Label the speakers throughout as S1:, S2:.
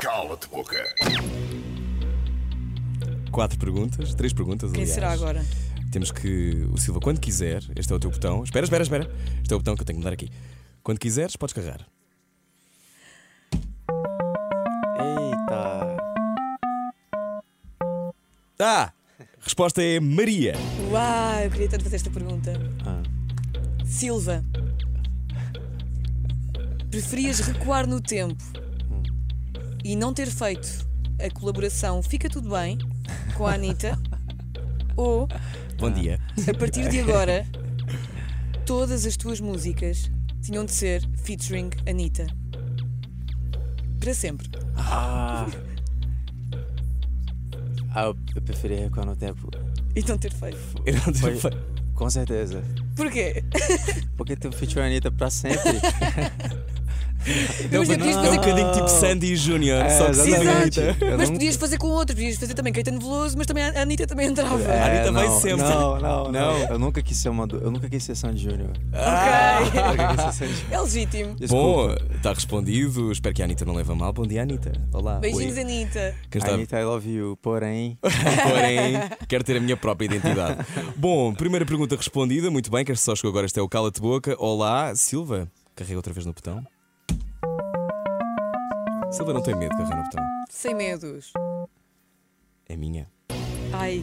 S1: Cala-te boca.
S2: Quatro perguntas, três perguntas,
S3: Quem
S2: aliás.
S3: será agora?
S2: Temos que. O Silva, quando quiser, este é o teu botão. Espera, espera, espera. Este é o botão que eu tenho que mudar aqui. Quando quiseres, podes carregar.
S4: Eita.
S2: Ah! Resposta é Maria.
S3: Uau, eu queria tanto fazer esta pergunta.
S4: Ah.
S3: Silva, preferias recuar no tempo
S4: Hum.
S3: e não ter feito a colaboração Fica Tudo Bem com a Anitta ou,
S2: Bom dia.
S3: a partir de agora, todas as tuas músicas tinham de ser featuring Anitta? Para sempre.
S4: Ah. Ah, eu- eu preferi recuar no tempo.
S3: E não ter feito.
S2: Eu não tenho
S4: Foi-
S2: fe-
S4: Com certeza.
S3: Porquê?
S4: Porque tem o feature Anitta pra sempre.
S2: Não,
S3: Eu pensei
S2: mas não,
S3: que podias
S2: é um
S3: fazer com-
S2: bocadinho tipo Sandy Júnior, só que sem
S4: É, exatamente.
S2: Anitta.
S4: Eu
S3: Mas
S4: não-
S3: podias fazer com outros, podias fazer também Caetano Veloso, mas também a Anitta também entrava.
S4: É,
S2: Anitta vai
S4: não,
S2: sempre.
S4: Não, não, não.
S2: Não.
S4: Eu nunca quis ser uma. do- Eu nunca quis ser Sandy Júnior.
S3: Ok.
S4: Eu nunca quis ser Sandy
S2: Ah.
S4: Júnior.
S3: É legítimo.
S2: Bom,
S4: Desculpa.
S2: está respondido. Espero que a Anitta não leva a mal. Bom dia, Anitta. Olá.
S3: Beijinhos,
S2: Oi.
S3: Anitta.
S2: Quem está-
S4: Anitta, I love you. Porém.
S2: Porém, quero ter a minha própria identidade. Bom, primeira pergunta respondida. Muito bem, quem só chegou agora, este é o Cala-te Boca. Olá, Silva. Carrega outra vez no botão. Silva não tem medo de carregar no botão.
S3: Sem medos.
S2: É minha.
S3: Ai,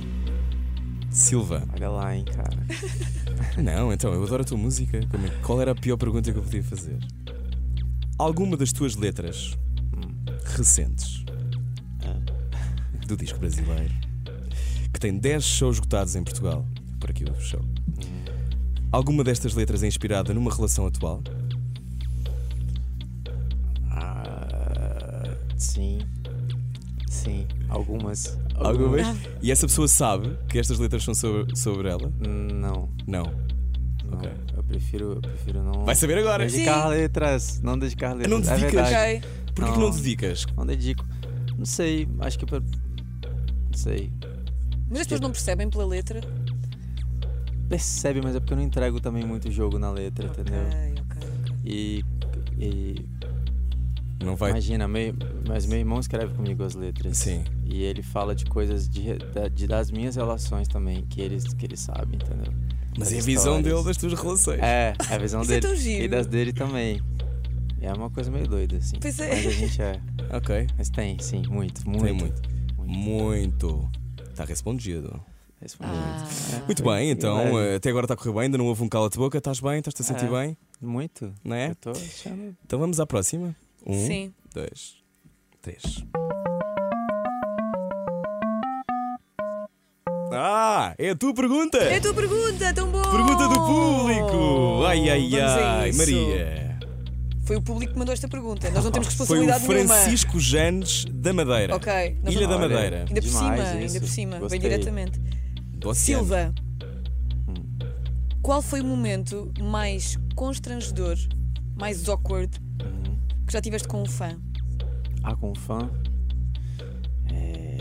S2: Silva.
S4: Olha lá, hein, cara.
S2: Não, então, eu adoro a tua música. Como é que- Qual era a pior pergunta que eu podia fazer? Alguma das tuas letras hum, recentes ah, do disco brasileiro, que tem 10 shows esgotados em Portugal, por aqui o show. Alguma destas letras é inspirada numa relação atual?
S4: Ah, sim. Sim. Algumas.
S2: Algumas? E essa pessoa sabe que estas letras são sobre, sobre ela?
S4: Não.
S2: Não.
S4: não.
S2: Ok.
S4: Eu prefiro. Eu prefiro não.
S2: Vai saber agora.
S4: Dedicar
S3: Sim.
S4: letras. Não dedicar letras.
S2: Não
S4: é
S2: dedicas?
S4: verdade.
S3: ok.
S2: Porquê que não dedicas?
S4: Não dedico. Não sei. Acho que. pra- Não sei.
S3: Mas as pessoas não percebem pela letra?
S4: Percebe, mas é porque eu não entrego também muito jogo na letra, entendeu?
S3: Ok, ok,
S4: E. e
S2: Não vai.
S4: Imagina, meu, mas meu irmão escreve comigo as letras.
S2: Sim.
S4: E ele fala de coisas de, da- de- das minhas relações também, que ele, que ele sabe, entendeu?
S2: Mas
S4: As
S2: é a visão dele
S4: histórias.
S2: das tuas relações.
S4: É, é a visão
S3: Isso é
S4: dele.
S3: tão giro.
S4: E das dele também. E é uma coisa meio doida, assim.
S3: Pois é.
S4: Mas a gente é.
S2: Ok.
S4: Mas tem, sim, muito, muito.
S2: Tem muito. Muito. Está respondido.
S4: Esse foi
S3: Ah.
S4: muito. É,
S2: Muito
S4: foi-
S2: bem, então,
S4: foi leve.
S2: eh, até agora está a correr bem, ainda não houve um cala-te-boca, estás bem, estás-te a sentir
S4: É.
S2: bem,
S4: Muito.
S2: não é?
S4: Eu tô achando.
S2: Então vamos à próxima. Um,
S3: Sim.
S2: dois, três. Ah, é a tua pergunta!
S3: É a tua pergunta, tão boa!
S2: Pergunta do público! Ai, ai,
S3: Oh, Vamos a
S2: ai,
S3: isso.
S2: Maria!
S3: Foi o público que mandou esta pergunta. Nós não temos
S2: Foi o
S3: responsabilidade nenhuma.
S2: Francisco Janes da Madeira.
S3: Ok, nós
S2: Ilha da
S3: vamos-
S4: Olha,
S2: Madeira.
S3: Ainda por cima,
S4: demais
S3: ainda por
S4: isso.
S3: cima.
S4: Gostei.
S3: Vem diretamente.
S2: Do oceano.
S3: Silva, qual foi o momento mais constrangedor, mais awkward que já tiveste com um fã?
S4: Ah, com fã. É...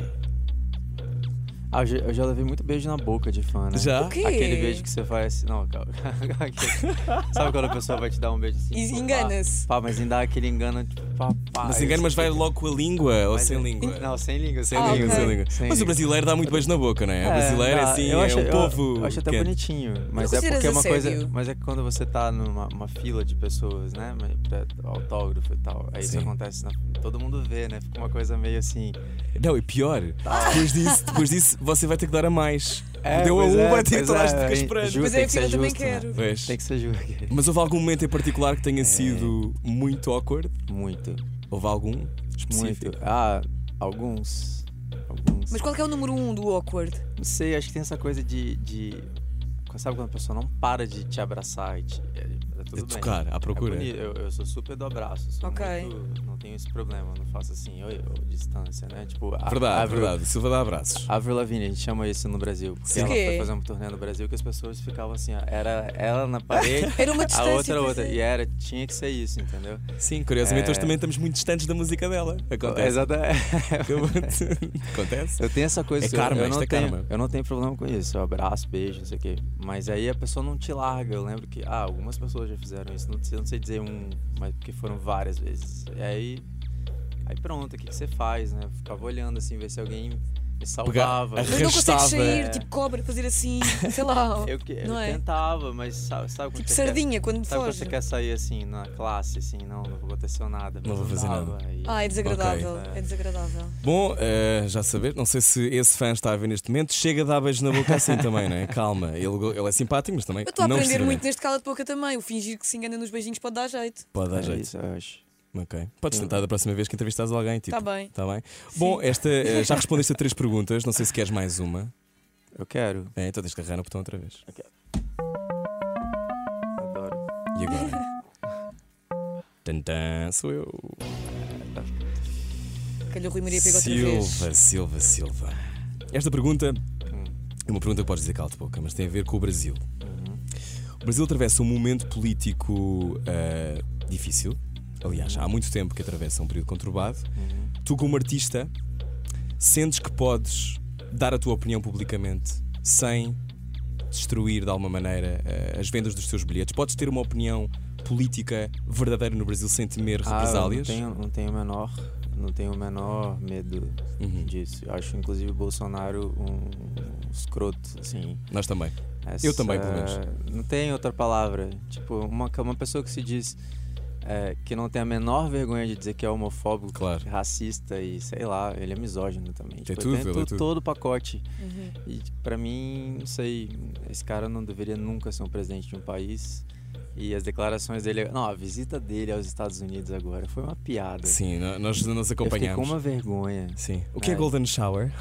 S4: Ah, eu já, eu já levei muito beijo na boca de fã, né?
S2: Já?
S3: O quê?
S4: Aquele beijo que você faz assim. Não, calma. Sabe quando a pessoa vai te dar um beijo assim?
S3: E
S4: tipo,
S3: engana-se.
S4: Pá, pá, mas ainda dá aquele engano, tipo, pá, pá.
S2: Mas engano, mas vai logo com a língua ou
S4: Mas
S2: sem
S4: é-
S2: língua?
S4: Não, sem língua, sem
S3: Ah,
S4: língua.
S2: Sem língua,
S3: ok.
S2: sem língua.
S4: Sem
S2: Mas o
S4: língua.
S2: brasileiro dá muito beijo na boca, não é? O brasileiro é
S4: dá.
S2: assim,
S4: Eu acho-
S2: é um
S4: eu-
S2: povo.
S4: Eu acho até
S2: quente.
S4: bonitinho, mas é
S3: consideras
S4: porque é uma coisa.
S3: assédio?
S4: Mas é que quando você tá numa uma fila de pessoas, né? mas Pra autógrafo e tal. Aí
S2: Sim.
S4: isso acontece, na, todo mundo vê, né? Fica uma coisa meio assim.
S2: Não, e pior, depois disso, depois disso você vai ter que dar a mais.
S4: É,
S2: Deu a
S4: pois
S2: um,
S4: é,
S2: vai ter que
S4: pois
S2: toda a
S4: é,
S2: gente fica
S4: é
S2: esperando.
S4: injusto.
S3: Mas
S4: Tem
S3: é
S4: que ser
S3: filha, eu também
S4: justo, né?
S3: quero.
S2: Pois.
S4: Tem que ser É. julgue.
S2: Mas houve algum momento em particular que tenha sido muito awkward?
S4: Muito,
S2: Houve algum específico?
S4: muito. Ah, alguns. Alguns.
S3: Mas qual que é o número um do awkward?
S4: Não sei, acho que tem essa coisa de. de sabe quando a pessoa não para de te abraçar e te. É, é tudo
S2: De
S4: bem.
S2: tocar, à procura.
S4: É bonito, eu, eu sou super do abraço, sou
S3: Ok.
S4: muito- não tenho esse problema, não faço assim, oi, ou distância, né? Tipo, a,
S2: Ah, verdade,
S4: Avril-
S2: verdade. Silva dá abraços.
S4: Avril Lavigne, a gente chama isso no Brasil, porque
S2: Sim.
S4: ela
S3: Ok.
S4: foi fazer um turnê no Brasil que as pessoas ficavam assim, ó, era ela na parede,
S3: Era uma
S4: a
S3: distância,
S4: outra
S3: pois
S4: outra,
S3: é.
S4: e era, tinha que ser isso, entendeu?
S2: Sim, curiosamente
S4: É.
S2: hoje também estamos muito distantes da música dela. Acontece.
S4: Exatamente.
S2: Acontece.
S4: Eu tenho essa
S2: É
S4: coisa. eu-
S2: karma,
S4: eu não
S2: isto é
S4: tenho,
S2: karma.
S4: Eu não tenho problema com isso. Eu abraço, beijo, não sei o quê. Mas aí a pessoa não te larga. Eu lembro que, ah, algumas pessoas já fizeram isso. Não sei, não sei dizer um, mas porque foram várias vezes. E aí. Aí pronto, o que, que você faz, né? Eu ficava olhando assim, ver se alguém me salvava.
S2: Pegar-
S3: Mas não consegues
S2: Arrastava,
S3: sair,
S4: é.
S3: tipo cobra, fazer assim, sei lá.
S4: Eu, que- eu
S3: não é?
S4: tentava, mas sabe, sabe quando
S3: Tipo
S4: você quer-
S3: sardinha, quando
S4: Sabe quando
S3: foge.
S4: você quer sair assim na classe, assim, não, não aconteceu nada.
S2: Não vou fazer nada.
S3: Ah, é desagradável.
S4: assim? Ok.
S3: É desagradável.
S2: Bom, eh, já saber, não sei se esse fã está a ver neste momento, chega a dar beijos na boca assim também, não é? Calma, ele, go- ele é simpático, mas também
S3: Eu estou a
S2: não
S3: aprender
S2: excessivamente.
S3: muito neste cala de boca também. O fingir que se engana nos beijinhos pode dar jeito.
S2: Pode dar
S4: é
S2: jeito.
S4: isso, eu acho.
S2: Ok. Podes tentar da próxima vez que entrevistares alguém, tipo.
S3: Está bem.
S2: Tá bem? Bom, esta, eh, já respondeste a três perguntas, não sei se queres mais uma.
S4: Eu quero.
S2: É, então tens que agarrar no botão outra vez.
S4: Adoro.
S2: E agora? Tantã, sou eu.
S3: Calhou Rui Maria pega outra vez.
S2: Silva, Silva, Silva. Esta pergunta é uma pergunta que podes dizer cala de boca, mas tem a ver com o Brasil. O Brasil atravessa um momento político eh, difícil. Aliás, há muito tempo que atravessa um período conturbado. Tu, como artista, sentes que podes dar a tua opinião publicamente sem destruir de alguma maneira eh, as vendas dos teus bilhetes? Podes ter uma opinião política verdadeira no Brasil sem temer
S4: Ah, eu
S2: represálias?
S4: não, tenho, não tenho o menor, não tenho o menor medo
S2: Uhum.
S4: disso. Eu acho inclusive o Bolsonaro um, um escroto, assim.
S2: Nós também. Eu também, pelo menos.
S4: Não tem outra palavra. Tipo, uma, uma pessoa que se diz é, que não tem a menor vergonha de dizer que é homofóbico,
S2: Claro.
S4: racista e sei lá, ele é misógino também.
S2: Tem
S4: Tipo,
S2: tudo,
S4: tem
S2: ele é
S4: tu-
S2: tudo.
S4: todo o pacote.
S3: Uhum.
S4: E tipo, pra mim, não sei, esse cara não deveria nunca ser um presidente de um país. E as declarações dele, não, a visita dele aos Estados Unidos agora foi uma piada.
S2: Sim, no- nós nos
S4: Eu fiquei com
S2: acompanhamos.
S4: uma vergonha.
S2: Sim. O que é
S4: Ai.
S2: Golden Shower?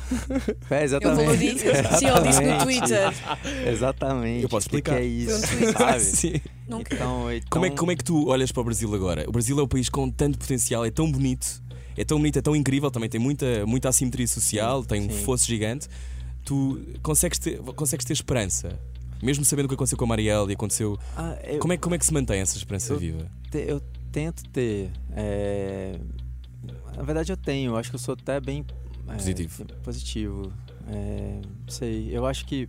S4: É,
S3: Eu
S4: exatamente.
S3: valorizo. Sim, ele disse no
S4: Exatamente.
S3: Twitter.
S4: Exatamente.
S2: Eu posso
S4: O que que
S2: explicar.
S4: é isso,
S3: Foi um tweet.
S4: sabe?
S2: Sim.
S3: Não quero.
S4: Então, então,
S2: Como, é, como é que tu olhas para o Brasil agora? O Brasil é um país com tanto potencial, é tão bonito, é tão bonito, é tão incrível, também tem muita, muita assimetria social, tem um
S4: Sim.
S2: fosso gigante. Tu consegues ter, consegues ter esperança, mesmo sabendo o que aconteceu com a Marielle e aconteceu.
S4: Ah, eu,
S2: Como é, que- como é que se mantém essa esperança
S4: eu-
S2: viva?
S4: te- eu tento ter. é, Na verdade, eu tenho. Eu acho que eu sou até bem. é,
S2: Positivo.
S4: Positivo. É, não sei. Eu acho que.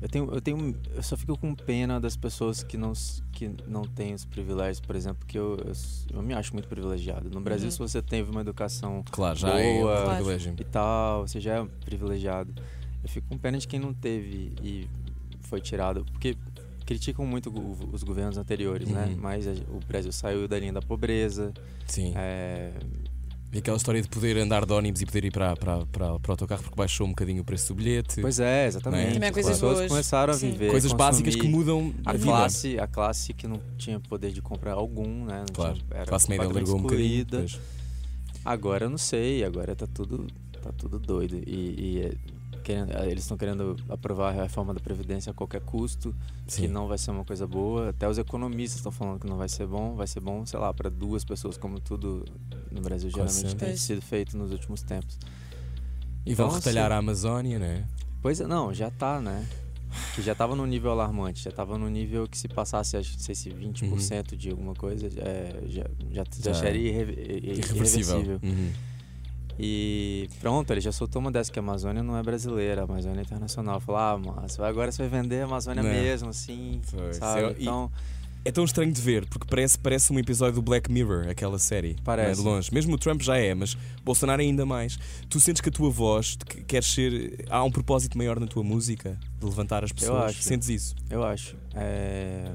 S4: Eu tenho, eu tenho. Eu só fico com pena das pessoas que não, s- que não têm os privilégios, por exemplo, que eu, eu, s- eu me acho muito privilegiado. No Brasil,
S3: Uhum.
S4: se você teve uma educação
S2: Claro, já é um
S4: Boa.
S2: privilégio.
S4: e tal, você já é privilegiado. Eu fico com pena de quem não teve e foi tirado, porque criticam muito o- os governos anteriores, né?
S2: Uhum.
S4: Mas a- o Brasil saiu da linha da pobreza.
S2: Sim.
S4: é,
S2: E aquela história de poder andar de ônibus e poder ir para, para, para, para o autocarro porque baixou um bocadinho o preço do bilhete.
S4: Pois é, exatamente.
S2: Também há
S4: As
S3: coisas
S4: pessoas
S3: boas.
S4: começaram
S3: Sim.
S4: a viver.
S2: Coisas básicas que
S4: consumir.
S2: mudam a
S4: A
S2: vida.
S4: classe, a classe que não tinha poder de comprar algum, né? Não
S2: Claro.
S4: tinha-
S2: A
S4: era
S2: classe média
S4: completamente
S2: largou um bocadinho.
S4: excluída.
S2: pois.
S4: Agora eu não sei, agora tá tudo, tá tudo doido. E, e, é, querendo- eles estão querendo aprovar a reforma da Previdência a qualquer custo,
S2: Sim.
S4: que não vai ser uma coisa boa. Até os economistas estão falando que não vai ser bom, vai ser bom, sei lá, para duas pessoas, como tudo no Brasil
S2: Quase
S4: geralmente
S2: sempre.
S4: tem sido feito nos últimos tempos.
S2: E vão
S4: Então,
S2: retalhar
S4: assim-
S2: a Amazónia, não é?
S4: Pois é, não, já tá, né? Que já tava num nível alarmante, já tava num nível que se passasse, acho que, não sei se 20% de alguma coisa, é, já, já,
S2: Uhum. Já.
S4: já, seria irre- irreversível.
S2: Uhum.
S4: E pronto, ele já soltou uma dessa que a Amazônia não é brasileira, a Amazônia é internacional. Falar, ah, mas vai- agora você vai vender a Amazônia
S2: Né.
S4: mesmo, assim,
S2: Foi.
S4: sabe?
S2: Isso é- e-
S4: Então,
S2: É tão estranho de ver, porque parece, parece um episódio do Black Mirror, aquela série.
S4: Parece.
S2: Não é de longe. Mesmo o Trump já é, mas Bolsonaro ainda mais. Tu sentes que a tua voz te que- quer ser. Há um propósito maior na tua música de levantar as pessoas.
S4: acho.
S2: Sentes isso?
S4: eu acho. é,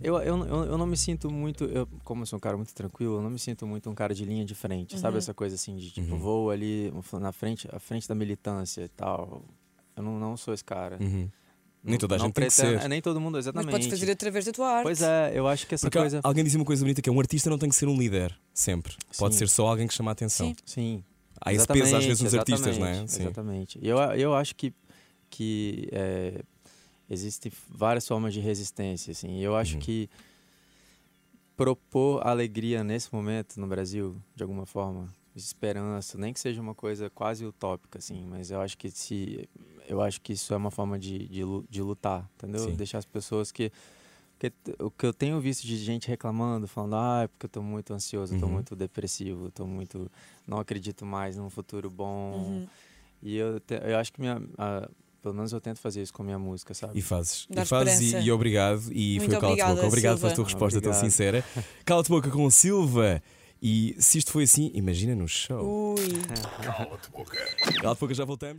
S4: Eu, eu, eu, eu não me sinto muito, eu, como eu sou um cara muito tranquilo, eu não me sinto muito um cara de linha de frente, sabe?
S3: Uhum.
S4: Essa coisa assim de tipo,
S2: Uhum.
S4: vou ali na frente, à frente da militância e tal. Eu não, não sou esse cara.
S2: Uhum. Nem toda a
S4: não
S2: gente tem que
S4: pretendo-
S2: ser.
S4: é, Nem todo mundo,
S3: Mas
S4: exatamente.
S3: podes fazer através da tua arte.
S4: Pois é, eu acho que essa
S2: Porque há-
S4: coisa.
S2: alguém dizia uma coisa bonita que é um artista não tem que ser um líder, sempre. Pode
S4: Sim.
S2: ser só alguém que chama a atenção.
S3: Sim.
S4: Sim.
S2: Há esse peso às vezes nos
S4: Exatamente,
S2: artistas, não é?
S4: exatamente, Exatamente. E eu, eu acho que, que é, existem várias formas de resistência, assim. E eu acho
S2: Uhum.
S4: que propor alegria nesse momento no Brasil, de alguma forma, esperança, nem que seja uma coisa quase utópica, assim, mas eu acho que se eu acho que isso é uma forma de, de, lu- de lutar, entendeu?
S2: Sim.
S4: Deixar as pessoas que. Porque t- o que eu tenho visto de gente reclamando, falando, ah, é porque eu tô muito ansioso, eu tô
S2: Uhum.
S4: muito depressivo, eu tô muito. não acredito mais num futuro bom.
S3: Uhum.
S4: E eu, te- eu acho que minha. a- pelo menos eu tento fazer isso com a minha música, sabe?
S2: E fazes.
S3: Dá
S2: e fazes e,
S3: esperança.
S2: e obrigado. E
S3: Muito
S2: foi o Cala-te Boca.
S3: obrigada,
S2: Obrigado
S3: Silva.
S2: pela tua resposta tão
S4: Obrigado.
S2: sincera. Cala-te Boca com o Silva. E se isto foi assim, imagina no show.
S3: Ui. Uh.
S2: Cala-te boca, já voltamos.